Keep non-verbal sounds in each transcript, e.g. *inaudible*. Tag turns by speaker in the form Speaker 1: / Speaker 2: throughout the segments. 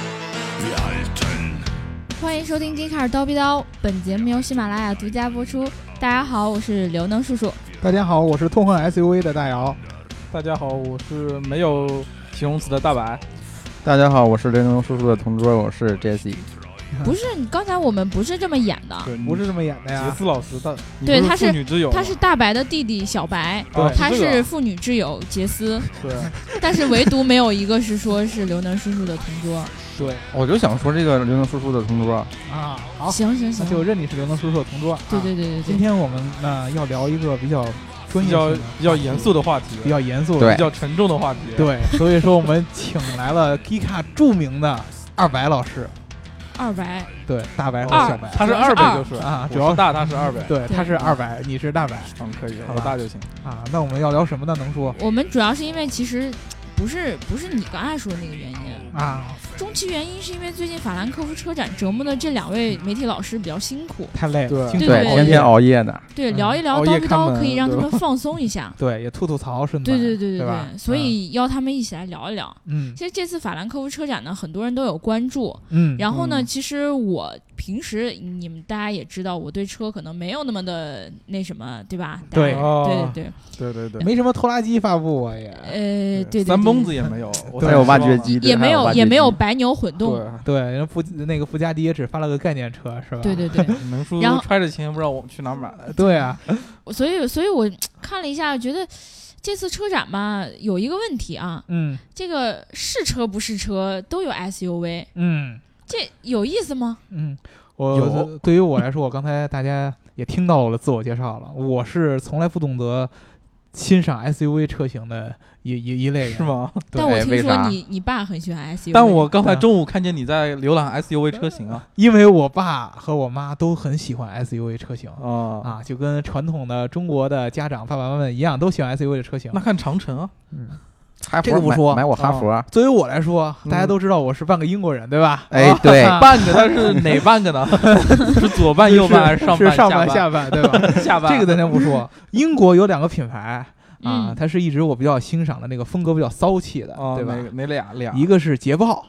Speaker 1: wir Alten.
Speaker 2: 欢迎收听《g 卡尔叨逼叨》，本节目由喜马拉雅独家播出。大家好，我是刘能叔
Speaker 3: *laughs*
Speaker 2: 叔。
Speaker 4: 大家好，我是痛恨 SUV 的大姚。
Speaker 3: 大家好，我是没有形容词的大白。
Speaker 5: 大家好，我是雷龙叔叔的同桌，我是 Jesse。
Speaker 2: 不是，你刚才我们不是这么演的，
Speaker 3: 对，
Speaker 4: 不是这么演的
Speaker 3: 杰
Speaker 4: 呀，
Speaker 3: 斯老师，大你
Speaker 2: 对
Speaker 3: 不
Speaker 2: 他是
Speaker 3: 妇女之友吗，啊
Speaker 2: 他是大白的弟弟小白，
Speaker 3: 对
Speaker 2: 他
Speaker 3: 哦这个
Speaker 2: 是妇女之友杰斯，
Speaker 3: 对
Speaker 2: *laughs* 但是唯独没有一个是说是刘能叔叔的同
Speaker 3: *laughs*
Speaker 2: 桌。
Speaker 3: 对，
Speaker 5: 我就想说这个雷龙叔叔的同桌，
Speaker 4: 啊，好，
Speaker 2: 行行
Speaker 4: 那
Speaker 2: 行，
Speaker 4: 就认你是刘能叔叔的同桌。啊
Speaker 2: 对对对对
Speaker 4: 今
Speaker 2: 对， *laughs*
Speaker 4: 天我们呢要聊一个比较专
Speaker 3: 比
Speaker 4: 业性
Speaker 3: 较
Speaker 4: 的、
Speaker 3: 比较严肃的话题，
Speaker 4: 比较严肃
Speaker 5: 对
Speaker 4: 的
Speaker 3: 比较沉重的话题，，哦
Speaker 4: 对，所以说我们请来了 Kika 著名的二白老师，
Speaker 2: 二白
Speaker 4: 对，大白和
Speaker 2: 二
Speaker 4: 小白
Speaker 3: 他是二倍就是
Speaker 4: 啊，主
Speaker 3: 我
Speaker 4: 要
Speaker 3: 是大，他是二倍，
Speaker 4: 对，
Speaker 2: 对
Speaker 4: 他是二白，你是大白
Speaker 3: 嗯，可以，
Speaker 4: 好
Speaker 3: 我
Speaker 4: 吧
Speaker 3: 大就行。
Speaker 4: 啊。那我们要聊什么呢？能说
Speaker 2: 我们主要是因为其实不是不是你刚才说的那个原因，
Speaker 4: 啊，
Speaker 2: 终其原因是因为最近法兰克福车展折磨的这两位媒体老师比较辛苦，
Speaker 4: 太累了，
Speaker 3: 对
Speaker 4: 经常
Speaker 2: 对
Speaker 4: 熬夜
Speaker 5: 天天熬夜的，
Speaker 2: 对，
Speaker 4: 嗯
Speaker 2: 聊一聊
Speaker 3: 熬夜
Speaker 2: 叨逼
Speaker 3: 看
Speaker 2: 叨
Speaker 3: 门
Speaker 2: 可以让他
Speaker 3: 对
Speaker 2: 们放松一下。
Speaker 4: 对，也吐吐槽，顺
Speaker 2: 对
Speaker 4: 便
Speaker 2: 对对
Speaker 4: 对吧
Speaker 2: 对，所以邀他们一起来聊一聊。
Speaker 4: 嗯
Speaker 2: 其实这次法兰克福车展呢，很多人都有关注。
Speaker 4: 嗯，
Speaker 2: 然后呢，
Speaker 3: 嗯
Speaker 2: 其实我平时你们大家也知道，我对车可能没有那么的那什么，对吧？大
Speaker 4: 对
Speaker 2: 家
Speaker 3: 哦
Speaker 2: 对对
Speaker 3: 对对对，
Speaker 4: 没什么拖拉机发布啊也。
Speaker 2: 对，呃，对对，
Speaker 3: 三
Speaker 2: 对
Speaker 3: 蹦子也没有，我
Speaker 5: 还有挖掘
Speaker 3: 才失
Speaker 5: 机，
Speaker 2: 也
Speaker 5: 对
Speaker 2: 没
Speaker 5: 还
Speaker 2: 有
Speaker 5: 挖掘
Speaker 2: 也没有
Speaker 5: 机
Speaker 2: 白牛混
Speaker 3: 望
Speaker 2: 动，
Speaker 3: 了。
Speaker 4: 对，人富那个富家迪也只发了个概念车，是吧？
Speaker 2: 对对对。
Speaker 3: *laughs* 对，能叔
Speaker 2: 然后
Speaker 3: 揣着钱不知道我去哪儿买，
Speaker 4: 对啊，
Speaker 2: 所以，所以我看了一下，觉得这次车展嘛，有一个问题啊，
Speaker 4: 嗯
Speaker 2: 这个是车不是车都有 SUV，
Speaker 4: 嗯
Speaker 2: 这有意思吗？
Speaker 4: 嗯，我
Speaker 3: 有
Speaker 4: 对于我来说，我刚才大家也听到我的自我介绍了，我是从来不懂得欣赏 SUV 车型的一一一类人，
Speaker 3: 是？吗？
Speaker 4: 对
Speaker 2: 但我听
Speaker 5: 哎为
Speaker 2: 说
Speaker 5: 啥
Speaker 2: 你你爸很喜欢 SUV，
Speaker 3: 但我刚才
Speaker 4: 对
Speaker 3: 中午看见你在浏览 SUV 车型啊，
Speaker 4: 因为我爸和我妈都很喜欢 SUV 车型。
Speaker 3: 啊，
Speaker 4: 啊，就跟传统的中国的家长爸爸妈妈们一样，都喜欢 SUV 的车型
Speaker 3: 那。看长城啊，
Speaker 5: 哈
Speaker 4: 这
Speaker 5: 佛
Speaker 4: 个不
Speaker 5: 买
Speaker 4: 说
Speaker 5: 买我哈佛，啊
Speaker 4: 作为我来说，大家
Speaker 3: 嗯
Speaker 4: 都知道我是半个英国人，对吧？
Speaker 5: 哎对
Speaker 3: 啊
Speaker 2: 嗯
Speaker 3: 半个，但是哪半 *laughs* 个呢？是左半右半还上
Speaker 4: 是
Speaker 3: 半
Speaker 4: 上
Speaker 3: 半
Speaker 4: 下半，对吧？
Speaker 3: 下半？
Speaker 4: 这个咱先不说。
Speaker 5: *laughs*
Speaker 4: 英国有两个品牌啊
Speaker 2: 嗯，
Speaker 4: 它是一直我比较欣赏的那个风格比较骚气的，
Speaker 3: 哦，
Speaker 4: 对吧
Speaker 3: 哪？个哪俩
Speaker 5: 啊
Speaker 3: 俩？
Speaker 4: 一个是捷豹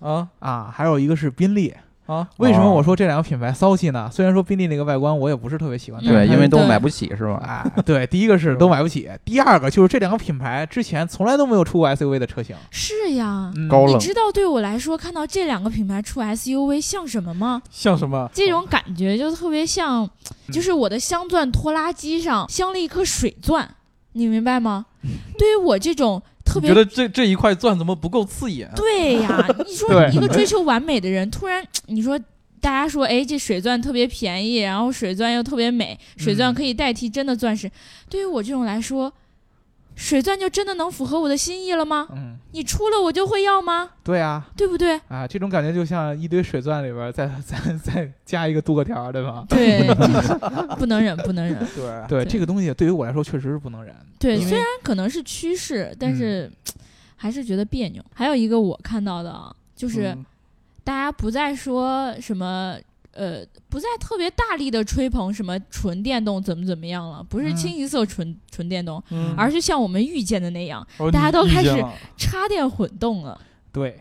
Speaker 3: 啊
Speaker 4: 啊，还有一个是宾利。
Speaker 3: 啊，
Speaker 4: 为什么
Speaker 5: 哦
Speaker 4: 我说这两个品牌骚气呢？虽然说宾利那个外观我也不是特别喜欢，
Speaker 2: 嗯
Speaker 5: *laughs*
Speaker 4: 但
Speaker 5: 对，
Speaker 4: 是它
Speaker 5: 因为都
Speaker 2: 对
Speaker 5: 买不起是吧？
Speaker 4: *laughs* 哎，对，第一个是都买不起，第二个就是这两个品牌之前从来都没有出过 SUV 的车型，
Speaker 2: 是呀。
Speaker 4: 嗯
Speaker 5: 高
Speaker 2: 你
Speaker 5: 冷
Speaker 2: 知道对我来说，看到这两个品牌出 SUV 像什么吗？
Speaker 3: 像什么？
Speaker 2: 这种感觉就特别像，
Speaker 3: 嗯
Speaker 2: 就是我的镶钻拖拉机上镶了一颗水钻，你明白吗？对于我这种特
Speaker 3: 嗯
Speaker 2: 别
Speaker 3: 你觉得这这一块钻怎么不够刺眼？啊
Speaker 2: 对
Speaker 3: *laughs*
Speaker 2: 呀，你说
Speaker 4: 对
Speaker 2: 一个追求完美的人，突然你说大家说，哎，这水钻特别便宜，然后水钻又特别美，水钻
Speaker 4: 嗯
Speaker 2: 可以代替真的钻石。对于我这种来说，水钻就真的能符合我的心意了吗？
Speaker 4: 嗯，
Speaker 2: 你出了我就会要吗？
Speaker 4: 对啊，
Speaker 2: 对不对？
Speaker 4: 啊，这种感觉就像一堆水钻里边儿 *laughs* 再再再加一个镀铬条儿，对 *laughs* 吧？
Speaker 2: 对，这是不能忍，不能忍。
Speaker 3: 对
Speaker 4: 对，
Speaker 2: 对
Speaker 4: 这个东西对于我来说确实是不能忍。
Speaker 2: 对，
Speaker 4: 因为嗯
Speaker 2: 虽然可能是趋势，但是还是觉得别扭。还有一个我看到的啊，就是
Speaker 3: 嗯
Speaker 2: 大家不再说什么呃，不再特别大力的吹捧什么纯电动怎么怎么样了，不是
Speaker 4: 嗯
Speaker 2: 清一色纯、纯电动，
Speaker 3: 嗯
Speaker 2: 而是像我们预见的那样，
Speaker 3: 哦
Speaker 2: 大家都
Speaker 3: 你
Speaker 2: 开
Speaker 3: 意见
Speaker 2: 始
Speaker 3: 了
Speaker 2: 插电混动了，
Speaker 4: 对，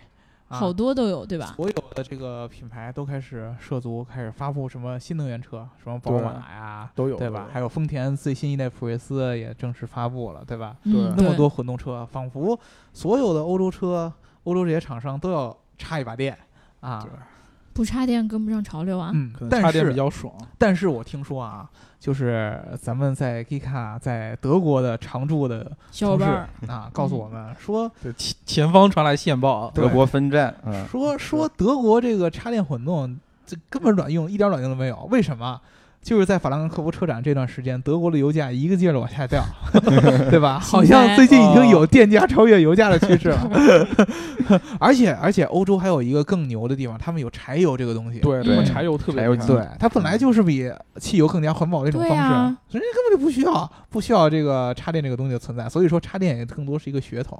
Speaker 4: 啊
Speaker 2: 好多都有，对吧？
Speaker 4: 所有的这个品牌都开始涉足，开始发布什么新能源车，什么宝马呀，
Speaker 3: 都有
Speaker 4: 对吧？？还有丰田最新一代普锐斯也正式发布了，对吧？
Speaker 2: 嗯
Speaker 3: 对
Speaker 4: 那么多混动车，仿佛所有的欧洲车、欧洲这些厂商都要插一把电啊
Speaker 3: 对。
Speaker 2: 不插电跟不上潮流啊。
Speaker 4: 嗯
Speaker 3: 可，能
Speaker 4: 但
Speaker 3: 插电比
Speaker 4: 是
Speaker 3: 较爽。
Speaker 4: 但是我听说啊，就是咱们在 Gika 在德国的常驻的
Speaker 2: 小伙
Speaker 4: 同事
Speaker 2: 伴儿，
Speaker 4: 啊，告诉我们说
Speaker 3: 对，前前方传来线报啊，
Speaker 4: 对
Speaker 5: 德国分站，嗯，
Speaker 4: 说说德国这个插电混动，这根本卵用，一点卵用都没有。为什么？就是在法兰克福车展这段时间，德国的油价一个劲儿的往下掉， *laughs* 对吧？好像最近已
Speaker 2: 哦
Speaker 4: 经有电价超越油价的趋势了。 *laughs* 而且而且，欧洲还有一个更牛的地方，他们有柴油这个东西。
Speaker 3: 对，
Speaker 2: 对
Speaker 3: 他们柴油特别
Speaker 5: 柴油
Speaker 3: 强
Speaker 5: 机
Speaker 4: 对，它本
Speaker 5: 嗯
Speaker 4: 来就是比汽油更加环保的一种
Speaker 2: 对
Speaker 4: 方式，
Speaker 2: 啊
Speaker 4: 人家根本就不需要不需要这个插电这个东西的存在，所以说插电也更多是一个噱头。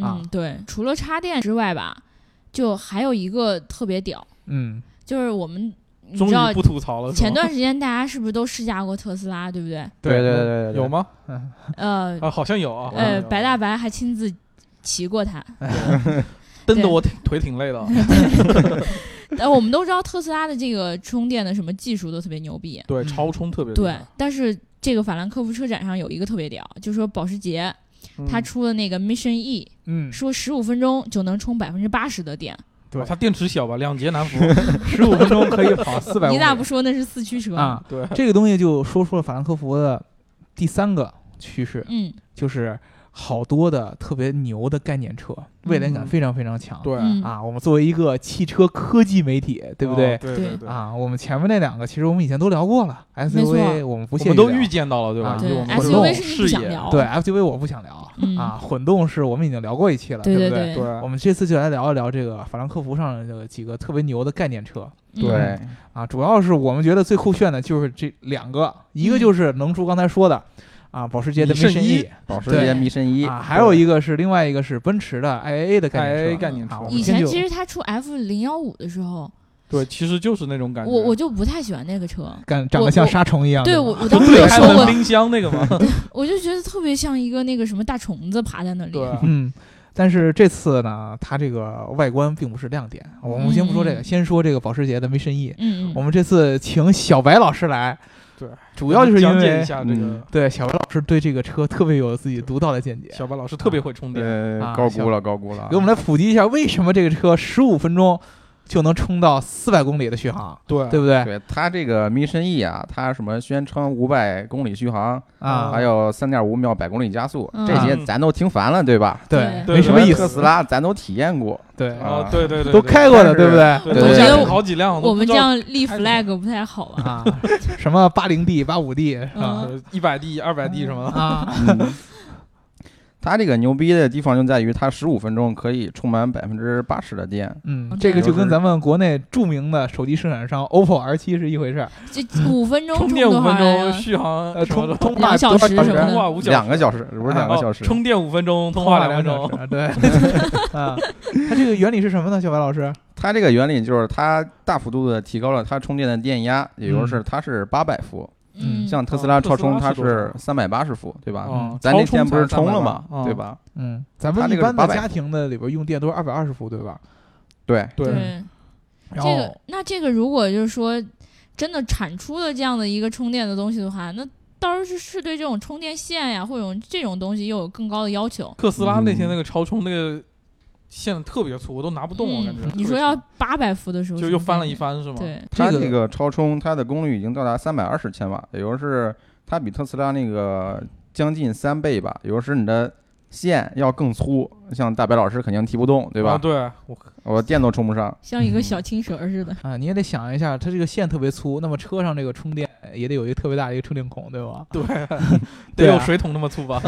Speaker 4: 啊
Speaker 2: 嗯，对，除了插电之外吧，就还有一个特别屌，
Speaker 4: 嗯，
Speaker 2: 就是我们你
Speaker 3: 终
Speaker 2: 知道
Speaker 3: 于不吐槽了。是吗
Speaker 2: 前段时间大家是不是都试驾过特斯拉，对不对？
Speaker 5: 对对对对，
Speaker 3: 有吗？
Speaker 4: 嗯
Speaker 2: 呃
Speaker 3: 啊，好像有啊。好像
Speaker 2: 呃，
Speaker 3: 有
Speaker 2: 白大白还亲自骑过它。
Speaker 3: 蹬得
Speaker 2: 对
Speaker 3: 我挺腿挺累的。
Speaker 2: *laughs* 呃，我们都知道特斯拉的这个充电的什么技术都特别牛逼，
Speaker 3: 对，
Speaker 4: 嗯
Speaker 3: 超充特别厉
Speaker 2: 对
Speaker 3: 害。。
Speaker 2: 但是这个法兰克福车展上有一个特别屌，就是说保时捷
Speaker 3: 嗯
Speaker 2: 它出了那个 Mission E，、
Speaker 4: 嗯，
Speaker 2: 说十五分钟就能充百分之八十的电。
Speaker 4: 对
Speaker 3: 哦它电池小吧，两节难服。
Speaker 4: 十五分钟可以跑四百
Speaker 2: 你咋不说那是四驱车？
Speaker 4: 啊？
Speaker 3: 对，
Speaker 4: 这个东西就说出了法兰克福的第三个趋势，
Speaker 2: 嗯
Speaker 4: 就是好多的特别牛的概念车，未来感
Speaker 3: 嗯
Speaker 4: 非常非常强。
Speaker 3: 对，
Speaker 2: 嗯
Speaker 4: 啊，我们作为一个汽车科技媒体，对不
Speaker 3: 哦
Speaker 4: 对？
Speaker 3: 对
Speaker 2: 对
Speaker 3: 对。
Speaker 4: 啊，我们前面那两个其实我们以前都聊过了
Speaker 2: 错
Speaker 4: ，SUV 我们不
Speaker 3: 我
Speaker 4: 屑
Speaker 3: 们都
Speaker 4: 聊
Speaker 3: 预见到了，对吧
Speaker 4: 啊？
Speaker 3: 以
Speaker 2: 对
Speaker 3: 我们
Speaker 4: 混
Speaker 3: 这种
Speaker 2: ，SUV 是你不
Speaker 3: 视
Speaker 2: 想
Speaker 3: 野
Speaker 2: 聊，
Speaker 4: 对 FGV 我不想聊、
Speaker 2: 嗯
Speaker 4: 啊，混动是我们已经聊过一期了，
Speaker 2: 对
Speaker 4: 不
Speaker 2: 对对
Speaker 4: 对？
Speaker 3: 对
Speaker 4: 我们这次就来聊一聊这个法兰克福上的几个特别牛的概念车
Speaker 2: 嗯
Speaker 5: 对，
Speaker 4: 啊，主要是我们觉得最酷炫的就是这两个，一
Speaker 3: 嗯
Speaker 4: 个就是能叔刚才说的啊，保时捷的
Speaker 3: 米胜
Speaker 4: Mission
Speaker 3: 一
Speaker 4: E
Speaker 5: 保时捷迷神一
Speaker 4: 啊，还有一个是另外一个是奔驰的 IAA 的概念
Speaker 3: IAA
Speaker 4: 车，
Speaker 3: 概念
Speaker 4: 啊
Speaker 3: 车
Speaker 4: 我们
Speaker 2: 以
Speaker 4: 先
Speaker 2: 前
Speaker 4: 就
Speaker 2: 其实它出 F 零幺五的时候，
Speaker 3: 对，其实就是那种感觉。
Speaker 2: 我我就不太喜欢那个车，
Speaker 4: 感长
Speaker 2: 我
Speaker 4: 得像
Speaker 2: 我
Speaker 4: 沙虫一样，
Speaker 2: 对
Speaker 4: 吧
Speaker 2: 我
Speaker 3: *laughs*
Speaker 2: 我
Speaker 3: 就
Speaker 2: 当时
Speaker 3: 自己
Speaker 2: 有
Speaker 3: 开
Speaker 2: 说
Speaker 3: 门
Speaker 2: 过，
Speaker 3: 冰箱那个嘛。
Speaker 2: 我就觉得特别像一个那个什么大虫子爬在那里。
Speaker 3: 对，
Speaker 4: 嗯，但是这次呢，它这个外观并不是亮点。我们先不说这个，
Speaker 2: 嗯嗯
Speaker 4: 先说这个保时捷的 Mission E。
Speaker 2: 嗯
Speaker 4: 我
Speaker 2: 嗯，
Speaker 4: 们这次请小白老师来，
Speaker 3: 对，
Speaker 4: 主要就是因
Speaker 3: 讲解
Speaker 4: 为
Speaker 3: 一下这个
Speaker 5: 嗯
Speaker 4: 对小白老师对这个车特别有自己独到的见解，
Speaker 3: 小白老师特别会充电。
Speaker 5: 呃
Speaker 4: 啊，
Speaker 5: 高
Speaker 4: 小
Speaker 5: 估了，高估了，
Speaker 4: 给我们来普及一下为什么这个车十五分钟就能充到四百公里的续航，
Speaker 3: 对
Speaker 4: 对不
Speaker 5: *laughs*
Speaker 4: 对？
Speaker 5: 对它这个迷神 E 啊，它什么宣称五百公里续航，
Speaker 4: 啊，
Speaker 5: 还有三点五秒百公里加速，这些
Speaker 3: 嗯
Speaker 5: 咱都听烦了，对吧？
Speaker 4: 对，
Speaker 3: 对
Speaker 4: 没什么意
Speaker 5: 特
Speaker 4: 思
Speaker 5: 斯，拉咱都体验
Speaker 3: *laughs*
Speaker 5: 过，
Speaker 4: 对，
Speaker 5: 啊
Speaker 3: 啊，对对对，
Speaker 4: 都开过的，
Speaker 5: 但
Speaker 4: 对
Speaker 5: 是
Speaker 4: 不对？
Speaker 3: 对，
Speaker 5: 对
Speaker 3: 楼
Speaker 5: 对
Speaker 3: 下
Speaker 5: 对
Speaker 3: 有好几辆，
Speaker 2: 我们这样立
Speaker 3: 开什么
Speaker 2: flag 不太好
Speaker 3: *laughs*
Speaker 2: 嗯吧？
Speaker 4: 啊，什么八零 D、八五 D 是吧？
Speaker 3: 一百 D、二百
Speaker 2: 嗯
Speaker 3: D 什么的。
Speaker 4: 啊，
Speaker 3: 嗯
Speaker 5: *laughs* 它这个牛逼的地方就在于它十五分钟可以充满百分之八十的电，
Speaker 4: 嗯，这个就跟咱们国内著名的手机生产商 OPPO R 7是一回事儿，
Speaker 2: 这五分钟
Speaker 3: 充
Speaker 2: 充
Speaker 3: 电
Speaker 2: 多
Speaker 3: 五
Speaker 2: 少
Speaker 3: 分钟，
Speaker 2: 呀？
Speaker 3: 续航
Speaker 4: 呃，
Speaker 3: 什么
Speaker 4: 充
Speaker 3: 的
Speaker 4: 通话
Speaker 2: 两小时什么
Speaker 4: 多少
Speaker 3: 通
Speaker 2: 的
Speaker 3: 话，五小时
Speaker 5: 两个小时不是两个
Speaker 3: 哦
Speaker 5: 小时，
Speaker 3: 充电五分钟，通
Speaker 4: 通
Speaker 3: 话
Speaker 4: 话
Speaker 3: 两分
Speaker 4: 两
Speaker 3: 钟。
Speaker 4: 小时，对，啊，它这个原理是什么呢？小白老师，
Speaker 5: 它这个原理就是它大幅度的提高了它充电的电压，也就是它是八百伏，
Speaker 2: 嗯，
Speaker 5: 像特斯
Speaker 3: 嗯哦
Speaker 5: 拉
Speaker 3: 特
Speaker 5: 超
Speaker 3: 斯拉
Speaker 5: 充它
Speaker 3: 是多少
Speaker 5: 是三百八十伏，对吧？
Speaker 3: 嗯
Speaker 5: 咱
Speaker 3: 超
Speaker 5: 那天
Speaker 3: 充
Speaker 5: 不是
Speaker 3: 才
Speaker 5: 充了
Speaker 3: 380
Speaker 5: 吗？
Speaker 3: 嗯
Speaker 5: 对吧？
Speaker 4: 嗯，咱
Speaker 5: 它
Speaker 4: 们
Speaker 5: 这
Speaker 4: 一
Speaker 5: 个
Speaker 4: 般的
Speaker 5: 800
Speaker 4: 家庭的里边用电都是二百二十伏，对吧？
Speaker 5: 对，
Speaker 3: 对，
Speaker 2: 对，这个
Speaker 4: 然后
Speaker 2: 那这个如果就是说真的产出了这样的一个充电的东西的话，那到时候是是对这种充电线呀或者这种东西又有更高的要求。
Speaker 3: 特斯拉
Speaker 4: 嗯
Speaker 3: 那天那个超充那个线特别粗，我都拿不动，我感觉
Speaker 2: 嗯。你说要八百伏的时候，
Speaker 3: 就又翻了一，番是吗？，
Speaker 2: 对，
Speaker 5: 它
Speaker 4: 这
Speaker 5: 这个超充它的功率已经到达三百二十千瓦，也就是它比特斯拉那个将近三倍吧，也就是你的线要更粗，像大白老师肯定提不动，对
Speaker 4: 啊
Speaker 5: 吧？
Speaker 3: 啊对，我？
Speaker 5: 我电都充不上。
Speaker 2: 像一个小青蛇似的。
Speaker 4: 啊，你也得想一下，它这个线特别粗，那么车上这个充电也得有一个特别大的一个充电孔， *laughs* 对吧
Speaker 3: *laughs* 对，得
Speaker 4: 对啊
Speaker 3: 有水桶那么粗
Speaker 4: *laughs*
Speaker 3: 吧？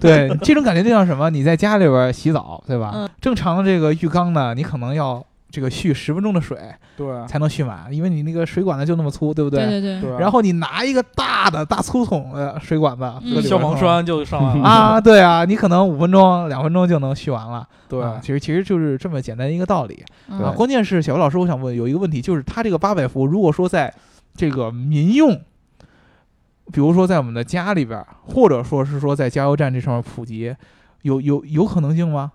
Speaker 4: 对，这种感觉就像什么？你在家里边洗澡，对吧
Speaker 2: 嗯？
Speaker 4: 正常的这个浴缸呢，你可能要这个蓄十分钟的水
Speaker 3: 对啊
Speaker 4: 才能蓄满，因为你那个水管呢就那么粗，对不
Speaker 2: 对对
Speaker 3: 对。啊
Speaker 4: 然后你拿一个大的大粗筒的水管子，
Speaker 2: 嗯
Speaker 4: 搁里边
Speaker 3: 消防
Speaker 4: 弄
Speaker 3: 栓嗯就上来
Speaker 4: *laughs*
Speaker 3: 了。
Speaker 4: 啊，对啊，你可能五分钟、两分钟就能续完了。
Speaker 3: 对，
Speaker 4: 啊其实其实就是这么简单一个道理啊。
Speaker 2: 嗯
Speaker 5: 对
Speaker 4: 关键是小吴老师，我想问有一个问题，就是它这个八百伏，如果说在这个民用，比如说在我们的家里边儿，或者说是说在加油站这上面普及，有有有可能性吗？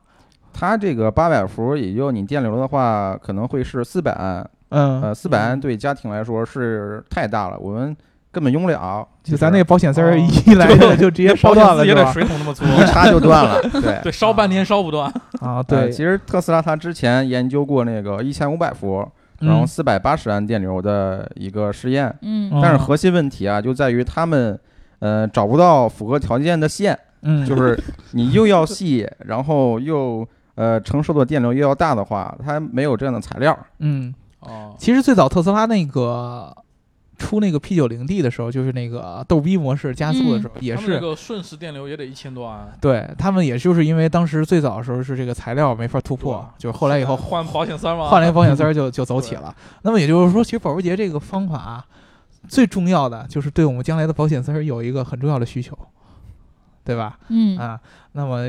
Speaker 5: 它这个八百伏，也就你电流的话，可能会是四百安，
Speaker 4: 嗯，
Speaker 5: 呃，四百安对家庭来说是太大了，我们根本用不了。
Speaker 4: 就咱那保险丝儿
Speaker 3: 哦
Speaker 4: 一来
Speaker 3: 就
Speaker 4: *laughs* 就直接烧
Speaker 3: 保险
Speaker 4: 断了
Speaker 3: 丝也
Speaker 4: 是
Speaker 3: 得
Speaker 4: 吧？
Speaker 3: 水桶那
Speaker 4: *laughs*
Speaker 3: 么粗。
Speaker 5: 一插就断了。对，
Speaker 3: 对，烧半天烧不断。
Speaker 4: 啊，
Speaker 5: 呃
Speaker 4: 对，
Speaker 5: 其实特斯拉它之前研究过那个一千五百伏，然后
Speaker 4: 嗯
Speaker 5: 四百八十安电流的一个试验，
Speaker 2: 嗯
Speaker 4: 哦
Speaker 5: 但是核心问题啊，就在于他们，呃，找不到符合条件的线，
Speaker 4: 嗯，
Speaker 5: 就是你又要细，然后又呃承受的电流又要大的话，它没有这样的材料。
Speaker 4: 嗯，
Speaker 3: 哦，
Speaker 4: 其实最早特斯拉那个出那个 P 九零 D 的时候，就是那个逗逼模式加速的时候，也
Speaker 3: 嗯他们这
Speaker 4: 是
Speaker 3: 个瞬时电流也得一千多安。
Speaker 4: 对他们也就是因为当时最早的时候是这个材料没法突
Speaker 3: 对
Speaker 4: 破
Speaker 3: 啊，
Speaker 4: 就是后来以后
Speaker 3: 换保险丝儿吗？
Speaker 4: 哎换了一个保险丝儿就就走起了。那么也就是说，其实保时捷这个方法最重要的就是对我们将来的保险丝儿有一个很重要的需求，对吧？
Speaker 2: 嗯，
Speaker 4: 啊，那么。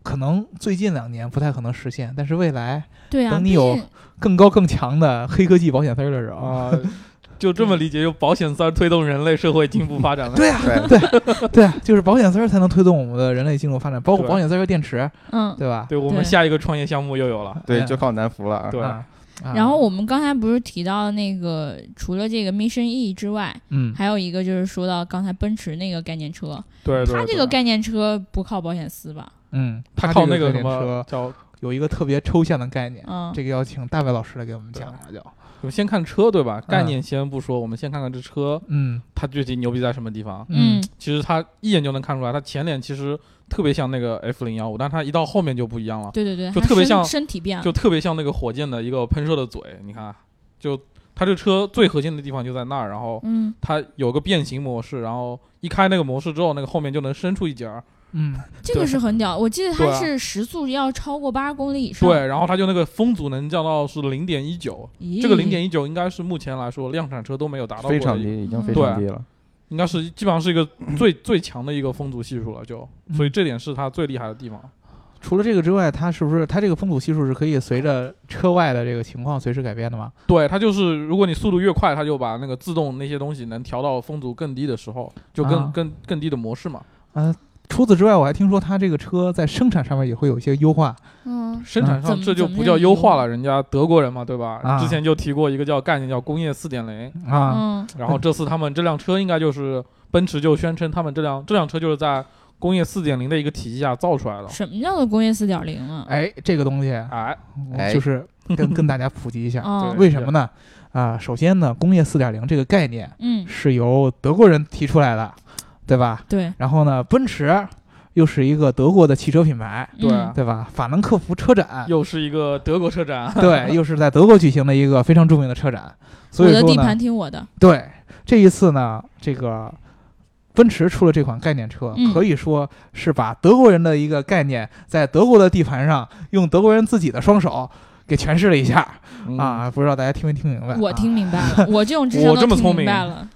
Speaker 4: 可能最近两年不太可能实现，但是未来
Speaker 2: 对啊，
Speaker 4: 等你
Speaker 2: 毕
Speaker 4: 有
Speaker 2: 竟
Speaker 4: 更高更强的黑科技保险丝儿的时候，
Speaker 3: 啊， *laughs* 就这么理解，就保险丝儿推动人类社会进步发展
Speaker 4: *laughs*
Speaker 3: 了。
Speaker 4: 对啊，
Speaker 5: 对，
Speaker 4: 对啊，就是保险丝儿才能推动我们的人类进入发展，包括
Speaker 3: 对
Speaker 4: 保险丝儿和电池，
Speaker 2: 嗯，
Speaker 4: 对吧？
Speaker 3: 对我们
Speaker 2: 对
Speaker 3: 下一个创业项目又有了，
Speaker 5: 对，
Speaker 4: 哎
Speaker 5: 就靠南孚了啊。
Speaker 3: 对
Speaker 4: 啊啊
Speaker 2: 然后我们刚才不是提到那个，除了这个 Mission E 之外，
Speaker 4: 嗯，
Speaker 2: 还有一个就是说到刚才奔驰那个概念车，
Speaker 3: 对对，
Speaker 2: 它这
Speaker 3: 对啊
Speaker 2: 个概念车不靠保险丝吧？
Speaker 4: 嗯，
Speaker 3: 它
Speaker 4: 它
Speaker 3: 靠
Speaker 4: 这
Speaker 3: 那
Speaker 4: 个
Speaker 3: 个
Speaker 4: 概
Speaker 3: 什
Speaker 4: 念
Speaker 3: 么
Speaker 4: 车
Speaker 3: 叫，
Speaker 4: 有一个特别抽象的概念，
Speaker 2: 嗯，
Speaker 4: 啊这个要请大白老师来给我们讲讲就。
Speaker 3: 我们先看车对吧？概
Speaker 4: 嗯
Speaker 3: 念先不说，我们先看看这车
Speaker 4: 嗯
Speaker 3: 它具体牛逼在什么地方。
Speaker 2: 嗯，
Speaker 3: 其实它一眼就能看出来，它前脸其实特别像那个 F 零幺五，但它一到后面就不一样了，
Speaker 2: 对啊对对，
Speaker 3: 就
Speaker 2: 它
Speaker 3: 特别
Speaker 2: 身
Speaker 3: 像
Speaker 2: 身体变了，
Speaker 3: 就特别像那个火箭的一个喷射的嘴。你看，啊就它这车最核心的地方就在那儿，然后
Speaker 2: 嗯
Speaker 3: 它有个变形模式，然后一开那个模式之后，那个后面就能伸出一截儿，
Speaker 4: 嗯，
Speaker 2: 这个
Speaker 3: 对
Speaker 2: 是很屌，我记得
Speaker 3: 对
Speaker 2: 它
Speaker 3: 啊
Speaker 2: 是时速要超过八十公里以上。
Speaker 3: 对，然后它就那个风阻能降到是零点一九，
Speaker 2: 咦，
Speaker 3: 这个零点一九应该是目前来说量产车都没有达到过的
Speaker 5: 非常，低，已经非
Speaker 2: 对
Speaker 5: 常低了。
Speaker 3: 应该是基本上是一个最最强的一个风阻系数了，就所以这点是它最厉害的地方。
Speaker 4: 除了这个之外，它是不是它这个风阻系数是可以随着车外的这个情况随时改变的吗？
Speaker 3: 对，它就是如果你速度越快，它就把那个自动那些东西能调到风阻更低的时候，就更、
Speaker 4: 啊
Speaker 3: 更更低的模式嘛。
Speaker 4: 啊，除此之外，我还听说它这个车在生产上面也会有一些优化。
Speaker 2: 嗯
Speaker 3: 生产
Speaker 2: 怎
Speaker 3: 上
Speaker 2: 么
Speaker 3: 这就
Speaker 2: 怎么
Speaker 3: 不
Speaker 2: 样
Speaker 3: 叫优化
Speaker 2: 优
Speaker 3: 了，人家德国人嘛，对吧？
Speaker 4: 啊
Speaker 3: 之前就提过一个叫概念叫工业四点零，
Speaker 4: 啊，
Speaker 2: 嗯
Speaker 4: *laughs*
Speaker 3: 然后这次他们这辆车应该就是奔驰就宣称他们这辆这辆车就是在工业四点零的一个体系下造出来的。
Speaker 2: 什么叫做工业四点零啊？
Speaker 4: 哎，这个东西
Speaker 3: 哎，
Speaker 5: 哎
Speaker 4: 就是跟跟大家普及一下，
Speaker 2: 哦
Speaker 3: 对
Speaker 4: 为什么呢？啊，首先呢，工业四点零这个概念
Speaker 2: 嗯，
Speaker 4: 是由德国人提出来的，对吧？
Speaker 2: 对
Speaker 4: 然后呢，奔驰又是一个德国的汽车品牌，
Speaker 3: 对
Speaker 2: 嗯
Speaker 4: 对啊吧？法兰克福车展，
Speaker 3: 又是一个德国车展，
Speaker 4: 对，又是在德国举行的一个非常著名的车展，所
Speaker 2: 我
Speaker 4: 以
Speaker 2: 的
Speaker 4: 说
Speaker 2: 地
Speaker 4: 呢
Speaker 2: 盘，听我的，
Speaker 4: 对这一次呢，这个奔驰出了这款概念车，
Speaker 2: 嗯
Speaker 4: 可以说是把德国人的一个概念，在德国的地盘上，用德国人自己的双手给诠释了一下啊，不知道大家听没听明白？
Speaker 2: 嗯我听明白了，我这种智商
Speaker 3: 我
Speaker 2: 都
Speaker 3: 这么
Speaker 2: 听
Speaker 3: 聪
Speaker 2: 明白
Speaker 3: 明
Speaker 2: 了。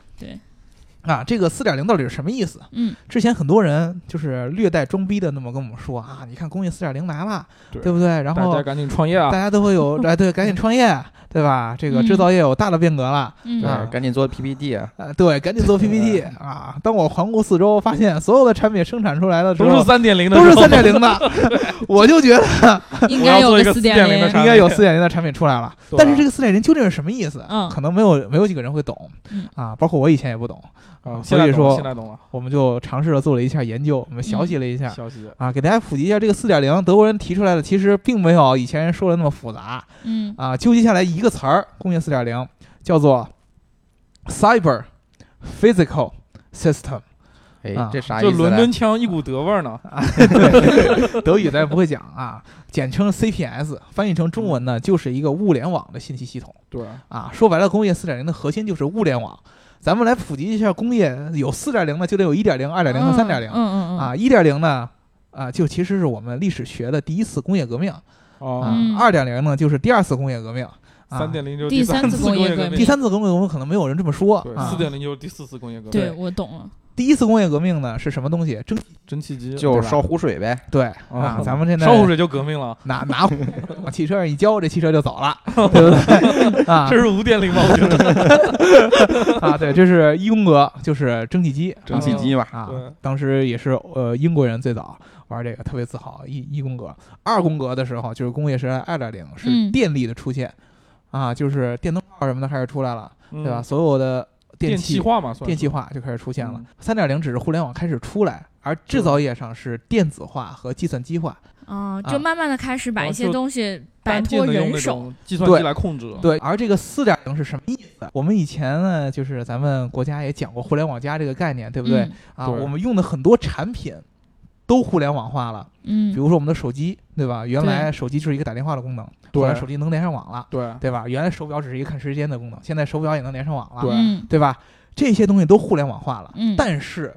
Speaker 4: 啊，啊这个四点零到底是什么意思？
Speaker 2: 嗯，
Speaker 4: 之前很多人就是略带装逼的那么跟我们说啊，你看工业四点零来了，
Speaker 3: 对
Speaker 4: 对不对？然
Speaker 3: 大
Speaker 4: 后
Speaker 3: 家赶紧创业啊
Speaker 4: 大！家都
Speaker 2: *laughs*
Speaker 4: 会有哎，对，赶紧创业，对吧？这个制造业有大的变革了，
Speaker 2: 嗯
Speaker 4: 啊
Speaker 5: 对，赶紧做 PPT 啊！
Speaker 4: 呃，对，赶紧做 PPT 啊！当我环顾四周，发现所有的产品生产出来的时
Speaker 3: 都是
Speaker 4: 候
Speaker 3: 三点零的，
Speaker 4: 都是三点零的， *laughs* 我就觉得
Speaker 2: 应
Speaker 3: 我
Speaker 2: 该
Speaker 3: 要
Speaker 2: 有
Speaker 3: 做一
Speaker 2: 个
Speaker 3: 个
Speaker 2: 四
Speaker 3: 4.0的
Speaker 2: 零
Speaker 3: 产。
Speaker 4: 应该有四点零的产品出来了。
Speaker 3: 对吧
Speaker 4: 但是这个四点零究竟是什么意思？
Speaker 2: 嗯
Speaker 4: 可能没有没有几个人会懂
Speaker 2: 嗯
Speaker 4: 啊，包括我以前也不懂
Speaker 3: 啊，
Speaker 4: *laughs* 所
Speaker 3: 现在
Speaker 4: 以
Speaker 3: 懂了
Speaker 4: 说
Speaker 3: 现在懂了
Speaker 4: 我们就尝试着做了一下研究，我们学习了一下。
Speaker 3: 消息。
Speaker 4: 啊，给大家普及一下这个四点零，德国人提出来的其实并没有以前人说的那么复杂
Speaker 2: 嗯
Speaker 4: 啊。纠结下来一个词儿，工业四点零叫做 cyber physical system
Speaker 5: 哎
Speaker 4: 啊，
Speaker 5: 这啥意
Speaker 3: 就
Speaker 5: 思？
Speaker 3: 伦敦，腔一股德味儿呢，
Speaker 4: 啊，对 *laughs* 德语咱也不会讲啊，简称 CPS，翻译成中文呢就是一个物联网的信息系统
Speaker 3: 对，
Speaker 4: 啊。说白了，工业四点零的核心就是物联网。咱们来普及一下工业，有四点零的就得有一点零、二点零和三点零
Speaker 2: 嗯嗯嗯
Speaker 4: 啊。一点零呢，啊，就其实是我们历史学的第一次工业革命。
Speaker 3: 哦，
Speaker 2: 嗯
Speaker 4: 啊，二点零呢就是第二次工业革命，啊
Speaker 3: 三点零就是
Speaker 2: 第
Speaker 3: 第
Speaker 2: 三
Speaker 3: 三
Speaker 2: 次
Speaker 3: 次
Speaker 2: 工
Speaker 3: 工
Speaker 2: 业
Speaker 3: 业
Speaker 2: 革
Speaker 3: 革
Speaker 2: 命
Speaker 3: 命
Speaker 4: 第，三次工业革命可能没有人这么说
Speaker 3: 对，
Speaker 4: 啊
Speaker 3: 四。点零就是第四次工业革
Speaker 2: 嗯
Speaker 3: 命，
Speaker 2: 对，我懂了。啊
Speaker 4: 第一次工业革命呢是什么东西？蒸汽
Speaker 3: 蒸汽机
Speaker 5: 就
Speaker 4: 对吧
Speaker 5: 烧壶水呗。
Speaker 4: 对
Speaker 3: 哦
Speaker 4: 啊，咱们现在
Speaker 3: 烧壶水就革命了，
Speaker 4: 拿拿壶往汽车上一浇，这汽车就走了，对不对？啊
Speaker 3: 这是五点零吧？我觉得
Speaker 4: *laughs* 啊，对，这是英国，就是蒸汽机，
Speaker 5: 蒸汽机嘛，
Speaker 4: 啊
Speaker 3: 对，
Speaker 4: 当时也是呃英国人最早玩这个，特别自豪。一一宫格、二宫格的时候，就是工业时代二点零是
Speaker 2: 嗯
Speaker 4: 电力的出现，啊，就是电灯泡什么的开始出来了，
Speaker 3: 对
Speaker 4: 对吧？？所有的
Speaker 3: 嗯电
Speaker 4: 器
Speaker 3: 化嘛，算
Speaker 4: 电气
Speaker 3: 是
Speaker 4: 化就开始出现了
Speaker 3: 嗯。
Speaker 4: 三点零只是互联网开始出来，而制造业上是电子化和计算机化。
Speaker 2: 啊，
Speaker 4: 啊
Speaker 2: 就慢慢的开始把
Speaker 3: 然
Speaker 2: 一
Speaker 3: 后
Speaker 2: 些
Speaker 3: 就
Speaker 2: 东西摆
Speaker 3: 单
Speaker 2: 脱
Speaker 3: 键的用
Speaker 2: 人
Speaker 3: 那
Speaker 2: 手。
Speaker 3: 种计算机来控制，
Speaker 4: 对，而这个四点零是什么意思？我们以前呢，就是咱们国家也讲过“互联网加”这个概念，对不对？
Speaker 2: 嗯
Speaker 4: 啊，
Speaker 3: 对
Speaker 4: 我们用的很多产品都互联网化了，
Speaker 2: 嗯？
Speaker 4: 比
Speaker 2: 嗯，
Speaker 4: 如说我们的手机，对吧？原来手机就是一个打电话的功能，后来手
Speaker 3: 对
Speaker 4: 机能连上网了，
Speaker 3: 对
Speaker 4: 对吧？原来手表只是一个看时间的功能，现在手表也能连上网了，
Speaker 3: 对
Speaker 2: 嗯
Speaker 4: 对吧？这些东西都互联网化了，
Speaker 2: 嗯
Speaker 4: 但是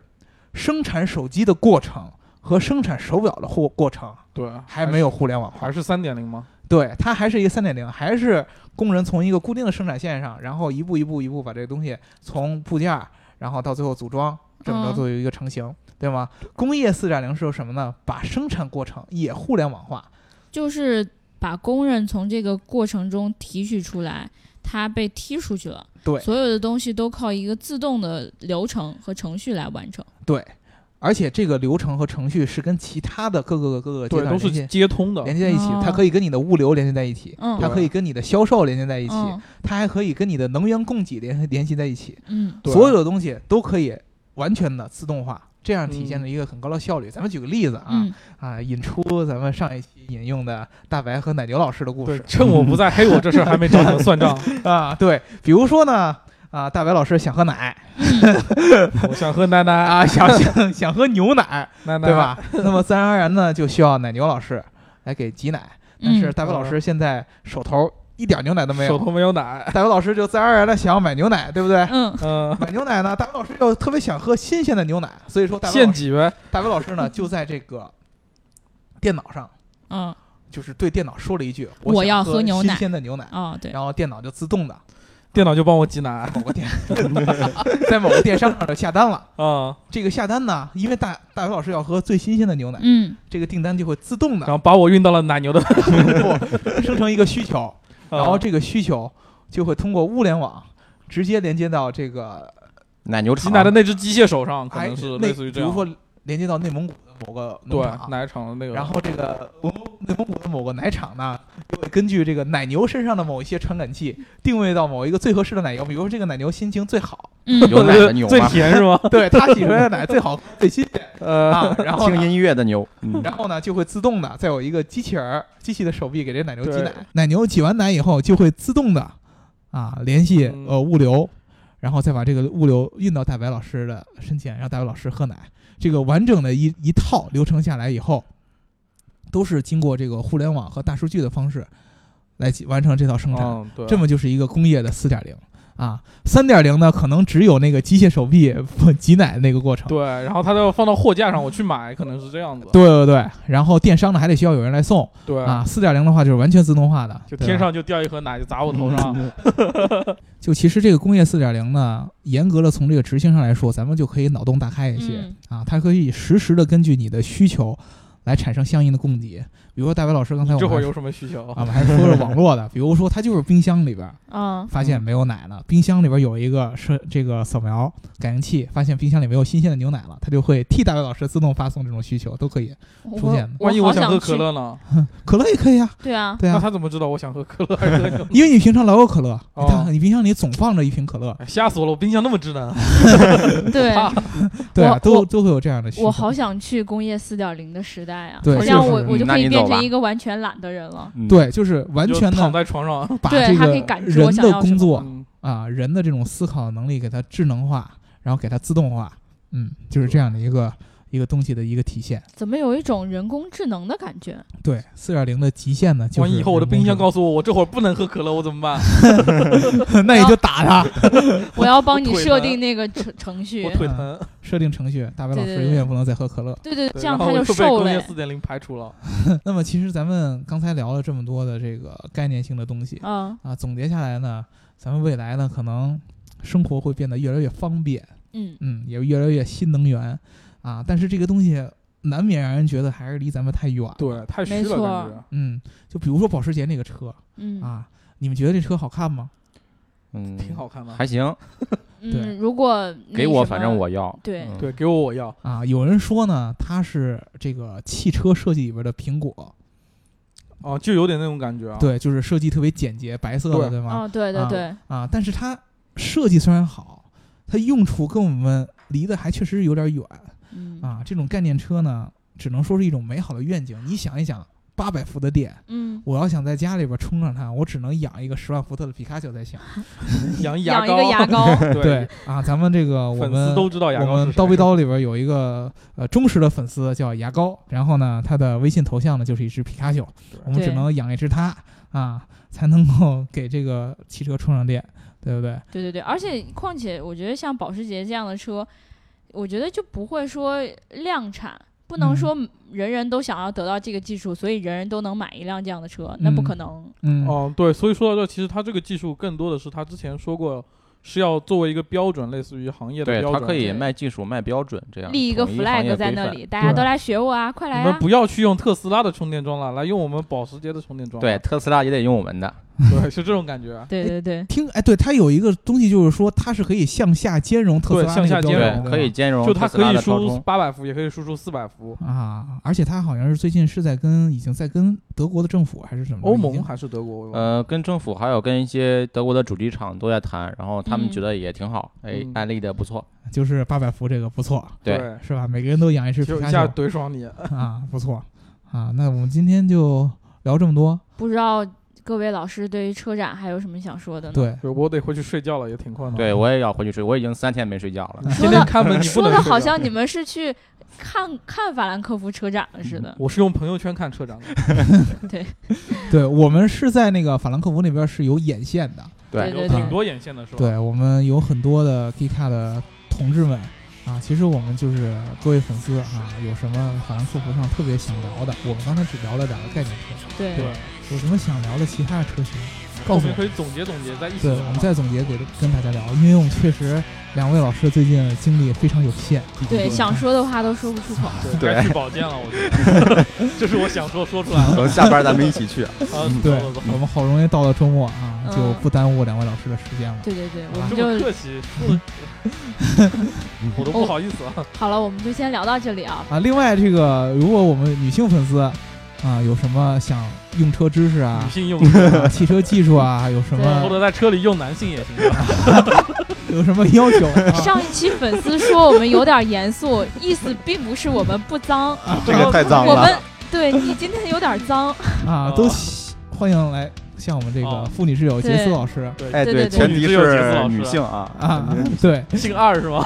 Speaker 4: 生产手机的过程和生产手表的过过程
Speaker 3: 对，
Speaker 4: 还没有互联网化，
Speaker 3: 还是三点零吗？
Speaker 4: 对，它还是一个三点零，还是工人从一个固定的生产线上，然后一步一步一步把这个东西从部件儿，然后到最后组装，这么着
Speaker 2: 嗯
Speaker 4: 做一个成型，对吗？工业四点零是什么呢？把生产过程也互联网化，
Speaker 2: 就是。把工人从这个过程中提取出来，他被踢出去了。
Speaker 4: 对
Speaker 2: 所有的东西都靠一个自动的流程和程序来完成。
Speaker 4: 对，而且这个流程和程序是跟其他的各个各个阶
Speaker 3: 对，
Speaker 4: 段
Speaker 3: 都
Speaker 4: 联
Speaker 3: 是
Speaker 4: 系
Speaker 3: 接通的。
Speaker 4: 联系在一起
Speaker 2: 哦，
Speaker 4: 它可以跟你的物流联系在一起，
Speaker 2: 嗯，
Speaker 4: 它可以跟你的销售联系在一起，
Speaker 2: 嗯
Speaker 4: 它还可以跟你的能源供给联联系在一起，
Speaker 2: 嗯
Speaker 3: 对
Speaker 4: 所有的东西都可以完全的自动化，这样
Speaker 3: 嗯
Speaker 4: 体现了一个很高的效率。咱们举个例子啊、
Speaker 2: 嗯，
Speaker 4: 啊，引出咱们上一期引用的大白和奶牛老师的故
Speaker 3: 对，
Speaker 4: 事
Speaker 3: 趁我不在，黑我这事儿还没找你算
Speaker 4: *laughs*
Speaker 3: 账。
Speaker 4: 啊，对，比如说呢。啊，大白老师想喝奶
Speaker 3: 我想喝奶奶， *laughs*
Speaker 4: 啊，想想想喝牛奶，
Speaker 3: 奶奶
Speaker 4: 对？吧？那么自然而然呢，就需要奶牛老师来给挤奶。但是
Speaker 2: 嗯
Speaker 4: 大白老师现在手头一点牛奶都没
Speaker 3: 手
Speaker 4: 有，
Speaker 3: 头没
Speaker 4: *laughs*
Speaker 3: 有奶。
Speaker 4: 大白老师就自然而然的想要买牛奶，对不对？
Speaker 2: 嗯
Speaker 3: 嗯，
Speaker 4: 买牛奶呢，大白老师又特别想喝新鲜的牛奶，所以说大白
Speaker 3: 现
Speaker 4: 老师
Speaker 3: 挤呗。
Speaker 4: 大白老师呢就在这个电脑上，
Speaker 2: 嗯
Speaker 4: 就是对电脑说了一句：“
Speaker 2: 我要
Speaker 4: 想
Speaker 2: 喝
Speaker 4: 喝
Speaker 2: 牛奶
Speaker 4: 新鲜的牛奶。
Speaker 2: 哦对，
Speaker 4: 然后电脑就自动的
Speaker 3: 电脑就帮我
Speaker 4: *laughs*
Speaker 3: 挤奶。
Speaker 4: 某个电在某个电商上就下单了。
Speaker 3: 嗯，
Speaker 4: 这个下单呢，因为大大白老师要喝最新鲜的牛奶， *laughs*
Speaker 2: 嗯
Speaker 4: 这个订单就会自动的
Speaker 3: 然后把我运到了奶牛的。
Speaker 4: 不生成一个需
Speaker 3: *laughs*
Speaker 4: 求， *laughs* 然后
Speaker 3: 嗯
Speaker 4: 这个需求就会通过物联网直接连接到这个，
Speaker 5: 奶牛
Speaker 3: 挤
Speaker 5: 场
Speaker 3: 奶的那只机械手上，可
Speaker 4: 哎，
Speaker 3: 能是
Speaker 4: 内
Speaker 3: 类似于这样。
Speaker 4: 比如说连接到内蒙古的某个农
Speaker 3: 对，
Speaker 4: 场，啊
Speaker 3: 奶场的那个。
Speaker 4: 然后这个我们内蒙古的某个奶厂呢，就会根据这个奶牛身上的某一些传感器，定位到某一个最合适的奶牛，比如说这个奶牛心情最好， *laughs*
Speaker 2: 嗯
Speaker 5: 有奶的牛
Speaker 3: 最
Speaker 5: 吗？
Speaker 3: 甜是吗？
Speaker 4: 对它挤出来的奶最好最新鲜
Speaker 3: 呃，
Speaker 4: 啊，然后
Speaker 5: 听
Speaker 4: 呢。
Speaker 5: 音乐的牛，嗯
Speaker 4: 然后呢，就会自动的再有一个机器人儿，机器的手臂给这奶牛挤奶
Speaker 3: 对，
Speaker 4: 奶牛挤完奶以后就会自动的啊联系
Speaker 3: 嗯
Speaker 4: 呃物流，然后再把这个物流运到大白老师的身前，让大白老师喝奶。这个完整的一一套流程下来以后，都是经过这个互联网和大数据的方式来进完成这套生产。
Speaker 3: *laughs* 嗯，对，
Speaker 4: 这么就是一个工业的四点零啊，三点零呢，可能只有那个机械手臂 *laughs* 挤奶那个过程。
Speaker 3: 对，然后它都要放到货架上，我去买，可能是这样子。
Speaker 4: 对对对，然后电商呢还得需要有人来送，
Speaker 3: 对，
Speaker 4: 啊，四点零的话就是完全自动化的，
Speaker 3: 嗯就
Speaker 4: 对啊
Speaker 3: 天
Speaker 4: 吧
Speaker 3: 上就掉一盒奶就砸我头上。
Speaker 4: 就其实这个工业四点零呢，严格的从这个执行上来说，咱们就可以脑洞大开一些、
Speaker 2: 嗯
Speaker 4: 啊，它可以实时的根据你的需求来产生相应的供给。比如说大白老师哎刚才我
Speaker 3: 这
Speaker 4: 们还
Speaker 3: 会儿
Speaker 4: 说
Speaker 3: 有什么需求
Speaker 4: 啊，我？们还说是网络的，比如说它就是冰箱里边
Speaker 2: 嗯
Speaker 4: 发现没有奶了，冰箱里边有一个是这个扫描感应器，发现冰箱里没有新鲜的牛奶了，它就会替大白老师自动发送这种需求，都可以。出现
Speaker 2: 我
Speaker 3: *laughs* 万一
Speaker 2: 好
Speaker 3: 我想喝
Speaker 2: 去
Speaker 3: 可，乐呢？
Speaker 4: 可乐也可以啊，
Speaker 2: 对
Speaker 3: *laughs*
Speaker 2: 啊，
Speaker 4: 对
Speaker 3: 那
Speaker 4: 啊，
Speaker 3: 他怎么知道我想喝可乐 *laughs* 还是喝
Speaker 4: *laughs*
Speaker 3: 牛？
Speaker 4: 因为你平常老有可乐，你看
Speaker 3: 哦
Speaker 4: 看你冰箱里总放着一瓶可乐，
Speaker 3: 哎吓死我了！我冰箱那么智 *laughs* 能，
Speaker 2: 对，
Speaker 4: 对啊，
Speaker 2: 我
Speaker 4: 都
Speaker 2: 我
Speaker 4: 都会有这样的需求。
Speaker 2: 我好想去工业四点零的时代啊！
Speaker 4: 对
Speaker 2: 这
Speaker 4: 是
Speaker 2: 样
Speaker 4: 是
Speaker 2: 我
Speaker 4: 是
Speaker 2: 我就
Speaker 5: 嗯那
Speaker 2: 可以
Speaker 5: 你
Speaker 2: 变
Speaker 5: 走
Speaker 2: 成
Speaker 5: 吧
Speaker 2: 一个完全懒的人了。
Speaker 5: 嗯，
Speaker 4: 对，就是完
Speaker 3: 就
Speaker 4: 全
Speaker 3: 躺
Speaker 4: 的
Speaker 3: 在床上。
Speaker 4: 把
Speaker 2: 对
Speaker 4: 这
Speaker 2: 它
Speaker 4: 个
Speaker 2: 可以感知我
Speaker 4: 人
Speaker 2: 想
Speaker 4: 的
Speaker 2: 要什
Speaker 4: 工
Speaker 2: 么
Speaker 4: 作
Speaker 3: 嗯，
Speaker 4: 啊，人的这种思考能力给它智能化，然后给它自动化，嗯，就是这样的一个一个东西的一个体现。
Speaker 2: 怎么有一种人工智能的感觉？
Speaker 4: 对，四点零的极限呢，就
Speaker 3: 万
Speaker 4: 是
Speaker 3: 一以后我的
Speaker 4: 人工
Speaker 3: 冰箱
Speaker 4: 智能
Speaker 3: 告诉我我这会儿不能喝可乐，我怎么办？
Speaker 4: *laughs* 那
Speaker 2: 啊
Speaker 4: 你就打它。
Speaker 2: 我要
Speaker 3: *laughs*
Speaker 2: 帮你
Speaker 3: 腿
Speaker 2: 设
Speaker 3: 疼
Speaker 2: 定那个程程序
Speaker 3: 我，腿疼，
Speaker 4: 设定程序，大白老
Speaker 2: 对
Speaker 4: 师
Speaker 2: 对
Speaker 4: 永远不能再喝可乐。 *laughs*
Speaker 2: 对对，
Speaker 3: 对 *laughs*
Speaker 2: 这样
Speaker 3: 然后
Speaker 2: 他
Speaker 3: 我
Speaker 2: 就
Speaker 3: 就被
Speaker 2: 瘦
Speaker 3: 工
Speaker 2: 了
Speaker 3: 业
Speaker 2: 耶。
Speaker 3: 四点零排除了。
Speaker 4: 那么其实咱们刚才聊了这么多的这个概念性的东西
Speaker 2: 嗯
Speaker 4: 啊，总结下来呢，咱们未来呢可能生活会变得越来越方便。
Speaker 2: 嗯，
Speaker 4: 嗯，也越来越新能源啊，但是这个东西难免让人觉得还是离咱们太远。，
Speaker 3: 对，太虚
Speaker 2: 没
Speaker 3: 了
Speaker 2: 错
Speaker 3: 感觉。
Speaker 4: 嗯，就比如说保时捷那个车
Speaker 2: 嗯
Speaker 4: 啊，你们觉得这车好看吗？
Speaker 5: 嗯，
Speaker 3: 挺，好看的。
Speaker 5: 还行，
Speaker 2: 嗯，
Speaker 4: 对
Speaker 2: 如果那
Speaker 5: 给我
Speaker 2: 什
Speaker 5: 反
Speaker 2: 么
Speaker 5: 正我要，
Speaker 2: 对
Speaker 5: 嗯
Speaker 3: 对，给我我要。
Speaker 4: 啊，有人说呢，它是这个汽车设计里边的苹果，
Speaker 3: 哦，就有点那种感觉啊。，
Speaker 4: 对，就是设计特别简洁，白色的，
Speaker 3: 对
Speaker 4: 对吗？
Speaker 2: 哦，对对
Speaker 4: 啊
Speaker 2: 对，
Speaker 4: 啊，但是它设计虽然好，它用处跟我们离得还确实有点远
Speaker 2: 嗯
Speaker 4: 啊。这种概念车呢，只能说是一种美好的愿景。你想一想，八百伏的电，
Speaker 2: 嗯，
Speaker 4: 我要想在家里边充上它，我只能养一个十万伏特的皮卡丘才行。
Speaker 3: 养
Speaker 2: 养
Speaker 3: 牙
Speaker 2: 一
Speaker 3: 膏。
Speaker 2: 个牙膏，
Speaker 3: 对，
Speaker 4: 啊，咱们这个我
Speaker 3: 粉丝
Speaker 4: 们
Speaker 3: 都知道牙
Speaker 4: 我
Speaker 3: 膏是
Speaker 4: 们
Speaker 3: 啥
Speaker 4: 刀逼。刀里边有一个呃忠实的粉丝叫牙膏，然后呢，他的微信头像呢就是一只皮卡丘，我们只能养一只它啊，才能够 *laughs* 给这个汽车充上电，对不对？
Speaker 2: 对对对，而且况且我觉得像保时捷这样的车，我觉得就不会说量产，不能
Speaker 4: 嗯
Speaker 2: 说人人都想要得到这个技术，所以人人都能买一辆这样的车，那不可能。
Speaker 4: 嗯，
Speaker 3: 哦哦，对，所以说到这，其实它这个技术更多的是他之前说过，是要作为一个标准，类似于行业的
Speaker 5: 对
Speaker 3: 标
Speaker 5: 它
Speaker 3: 准。
Speaker 5: 可以
Speaker 2: 对
Speaker 5: 卖技术、卖标准，这样
Speaker 1: 立一个
Speaker 5: 啊统一行业
Speaker 1: flag 在
Speaker 5: 规
Speaker 1: 那
Speaker 5: 范。
Speaker 1: 里，大家都来学我啊，快来
Speaker 3: 你们
Speaker 1: 啊！
Speaker 3: 不要去用特斯拉的充电桩了，来用我们保时捷的充电桩。
Speaker 5: 对，特斯拉也得用我们的。
Speaker 3: 对，是这种感觉。啊
Speaker 2: 对对对，
Speaker 4: 听，哎，对，它有一个东西，就是说它是可以向下兼容特斯拉
Speaker 3: 对向下
Speaker 4: 那个标准
Speaker 3: 兼
Speaker 5: 对
Speaker 3: 容，
Speaker 4: 的
Speaker 5: 可以兼容
Speaker 3: 就
Speaker 5: 特
Speaker 3: 它
Speaker 5: 斯
Speaker 3: 可
Speaker 5: 拉
Speaker 3: 以
Speaker 5: 的超
Speaker 3: 输
Speaker 5: 充。
Speaker 3: 八百伏，也可以输出四百伏。
Speaker 4: 啊，而且它好像是最近是在跟已经在跟德国的政府还是什么
Speaker 3: 欧
Speaker 4: 已
Speaker 3: 盟
Speaker 4: 经
Speaker 3: 还是德国？我忘
Speaker 5: 嗯
Speaker 3: 了，
Speaker 5: 呃，跟政府还有跟一些德国的主机厂都在谈，然后他们
Speaker 2: 嗯
Speaker 5: 觉得也挺好，哎
Speaker 3: 嗯，
Speaker 5: 安利的不错。
Speaker 4: 就是八百伏这个不错，
Speaker 5: 对
Speaker 3: 对，
Speaker 4: 是吧？每个人都养一只皮
Speaker 3: 就
Speaker 4: 卡
Speaker 3: 一下
Speaker 4: 丘
Speaker 3: 怼爽你。
Speaker 4: 啊，不错啊。那我们今天就聊这么多，
Speaker 2: 不知道各位老师对于车展还有什么想说的呢？
Speaker 4: 对，
Speaker 3: 对我得回去睡觉了，也挺困的。
Speaker 5: 对，我也要回去睡，我已经三天没睡觉了。
Speaker 3: 天天
Speaker 5: *laughs*
Speaker 3: 看门，你不
Speaker 2: 说
Speaker 3: 能
Speaker 2: 的
Speaker 3: 睡
Speaker 2: 好
Speaker 3: 觉
Speaker 2: 像你们是去看看法兰克福车展了似的。
Speaker 3: 我是用朋友圈看车展的。
Speaker 4: 对我们是在那个法兰克福那边是有眼线的，
Speaker 5: 对
Speaker 2: 对
Speaker 3: 有
Speaker 2: 对
Speaker 3: 挺多眼线的是吧？
Speaker 4: 对我们有很多的 K 卡的同志们啊，其实我们就是各位粉丝啊，有什么法兰克福上特别想聊的，我们刚才只聊了两个概念车，
Speaker 2: 对
Speaker 4: 对有什么想聊的其他的车型，告
Speaker 3: 后
Speaker 4: 诉
Speaker 3: 面
Speaker 4: 我
Speaker 3: 可。以总结总结，在一起
Speaker 4: 对，
Speaker 3: 聊
Speaker 4: 我
Speaker 3: 嘛。
Speaker 4: 们再总结给跟大家聊，因为我们确实两位老师最近的精力非常有限，
Speaker 2: 对，想说的话都说不出口。
Speaker 3: 对该去保健了，我觉得， *laughs* 这是我想说说出来了。
Speaker 5: 等下班咱们一起去。
Speaker 3: 啊，
Speaker 4: 对
Speaker 3: 走走走，
Speaker 4: 我们好容易到了周末啊，
Speaker 2: 嗯
Speaker 4: 就不耽误两位老师的时间了。
Speaker 2: 对对对，我
Speaker 4: 啊
Speaker 2: 们
Speaker 3: 这么
Speaker 2: 就
Speaker 3: 客气，说的
Speaker 2: *laughs*
Speaker 3: 我都不好意思啊。
Speaker 2: 好了，我们就先聊到这里啊。
Speaker 4: 啊，另外这个，如果我们女性粉丝啊有什么想用车知识
Speaker 5: 哦
Speaker 4: 啊
Speaker 3: 女、
Speaker 5: *laughs*
Speaker 3: 性用，
Speaker 4: 啊汽车技
Speaker 2: *laughs*
Speaker 4: 术啊，有什么
Speaker 3: 或者在车里用男性也行。啊
Speaker 4: 有什么要求、啊，
Speaker 2: 上一期粉丝说我们有点严肃， *laughs* 意思并不是我们不脏，
Speaker 5: 啊这个
Speaker 3: *laughs*
Speaker 5: 太脏
Speaker 2: 我
Speaker 5: 了。
Speaker 2: 们对你今天有点
Speaker 5: *laughs*
Speaker 2: 脏。
Speaker 4: 啊，都欢迎来向我们这个
Speaker 3: 哦
Speaker 4: 妇女室友杰斯
Speaker 2: 对
Speaker 4: 老师
Speaker 5: 哎，
Speaker 2: 对对对
Speaker 5: 前提
Speaker 3: 只有杰斯
Speaker 5: 是
Speaker 3: 老师
Speaker 5: 女性啊。
Speaker 4: 啊，对，
Speaker 3: 姓二是吗？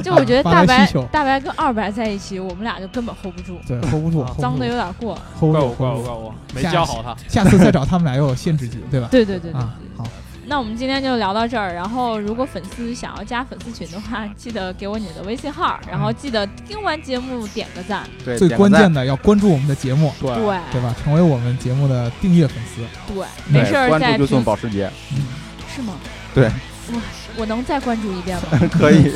Speaker 2: 就我觉得
Speaker 4: 发
Speaker 2: 大
Speaker 4: 啊来
Speaker 2: 白
Speaker 4: 需求
Speaker 2: 大白跟二白在一起，我们俩就根本 hold 不住，
Speaker 4: *laughs* 对，hold
Speaker 3: 哦
Speaker 4: 不住，
Speaker 2: 脏
Speaker 4: hold 不
Speaker 2: 的有
Speaker 4: 住
Speaker 2: 点过。
Speaker 5: 嗯
Speaker 4: ，hold 不
Speaker 3: 怪
Speaker 4: 住
Speaker 3: 我，怪
Speaker 4: hold
Speaker 3: 我
Speaker 4: 不住
Speaker 3: 怪我，没
Speaker 4: 下
Speaker 3: 教好他。
Speaker 4: 下次再找他们俩又有限制级，对吧？
Speaker 2: 对对对对
Speaker 4: 啊，
Speaker 2: 对。
Speaker 4: 好，
Speaker 2: 那我们今天就聊到这儿。然后，如果粉丝想要加粉丝群的话，记得给我你的微信号，然后记得听完节目点个赞。
Speaker 5: 对，
Speaker 4: 最
Speaker 5: 点个
Speaker 4: 关
Speaker 5: 赞
Speaker 4: 键的要关注我们的节目，
Speaker 3: 对
Speaker 2: 对
Speaker 4: 对吧？成为我们节目的订阅粉丝，
Speaker 2: 对，
Speaker 5: 嗯啊对
Speaker 2: 没事儿
Speaker 5: 关
Speaker 2: 再
Speaker 5: 注就送
Speaker 2: 评
Speaker 5: 保时捷，
Speaker 2: 是吗？
Speaker 5: 对
Speaker 2: 我我能再关注一遍吗？
Speaker 5: 可以，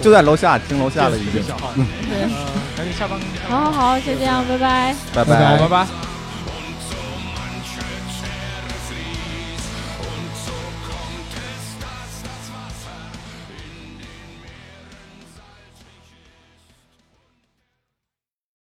Speaker 5: 就在楼下，听楼下了已
Speaker 3: 这
Speaker 5: 经
Speaker 3: 个。小号。
Speaker 2: 对，
Speaker 3: 呃赶紧下班。赶紧下班
Speaker 2: 好好好，就这样，拜拜。
Speaker 5: 拜
Speaker 4: 拜
Speaker 3: 好，拜拜。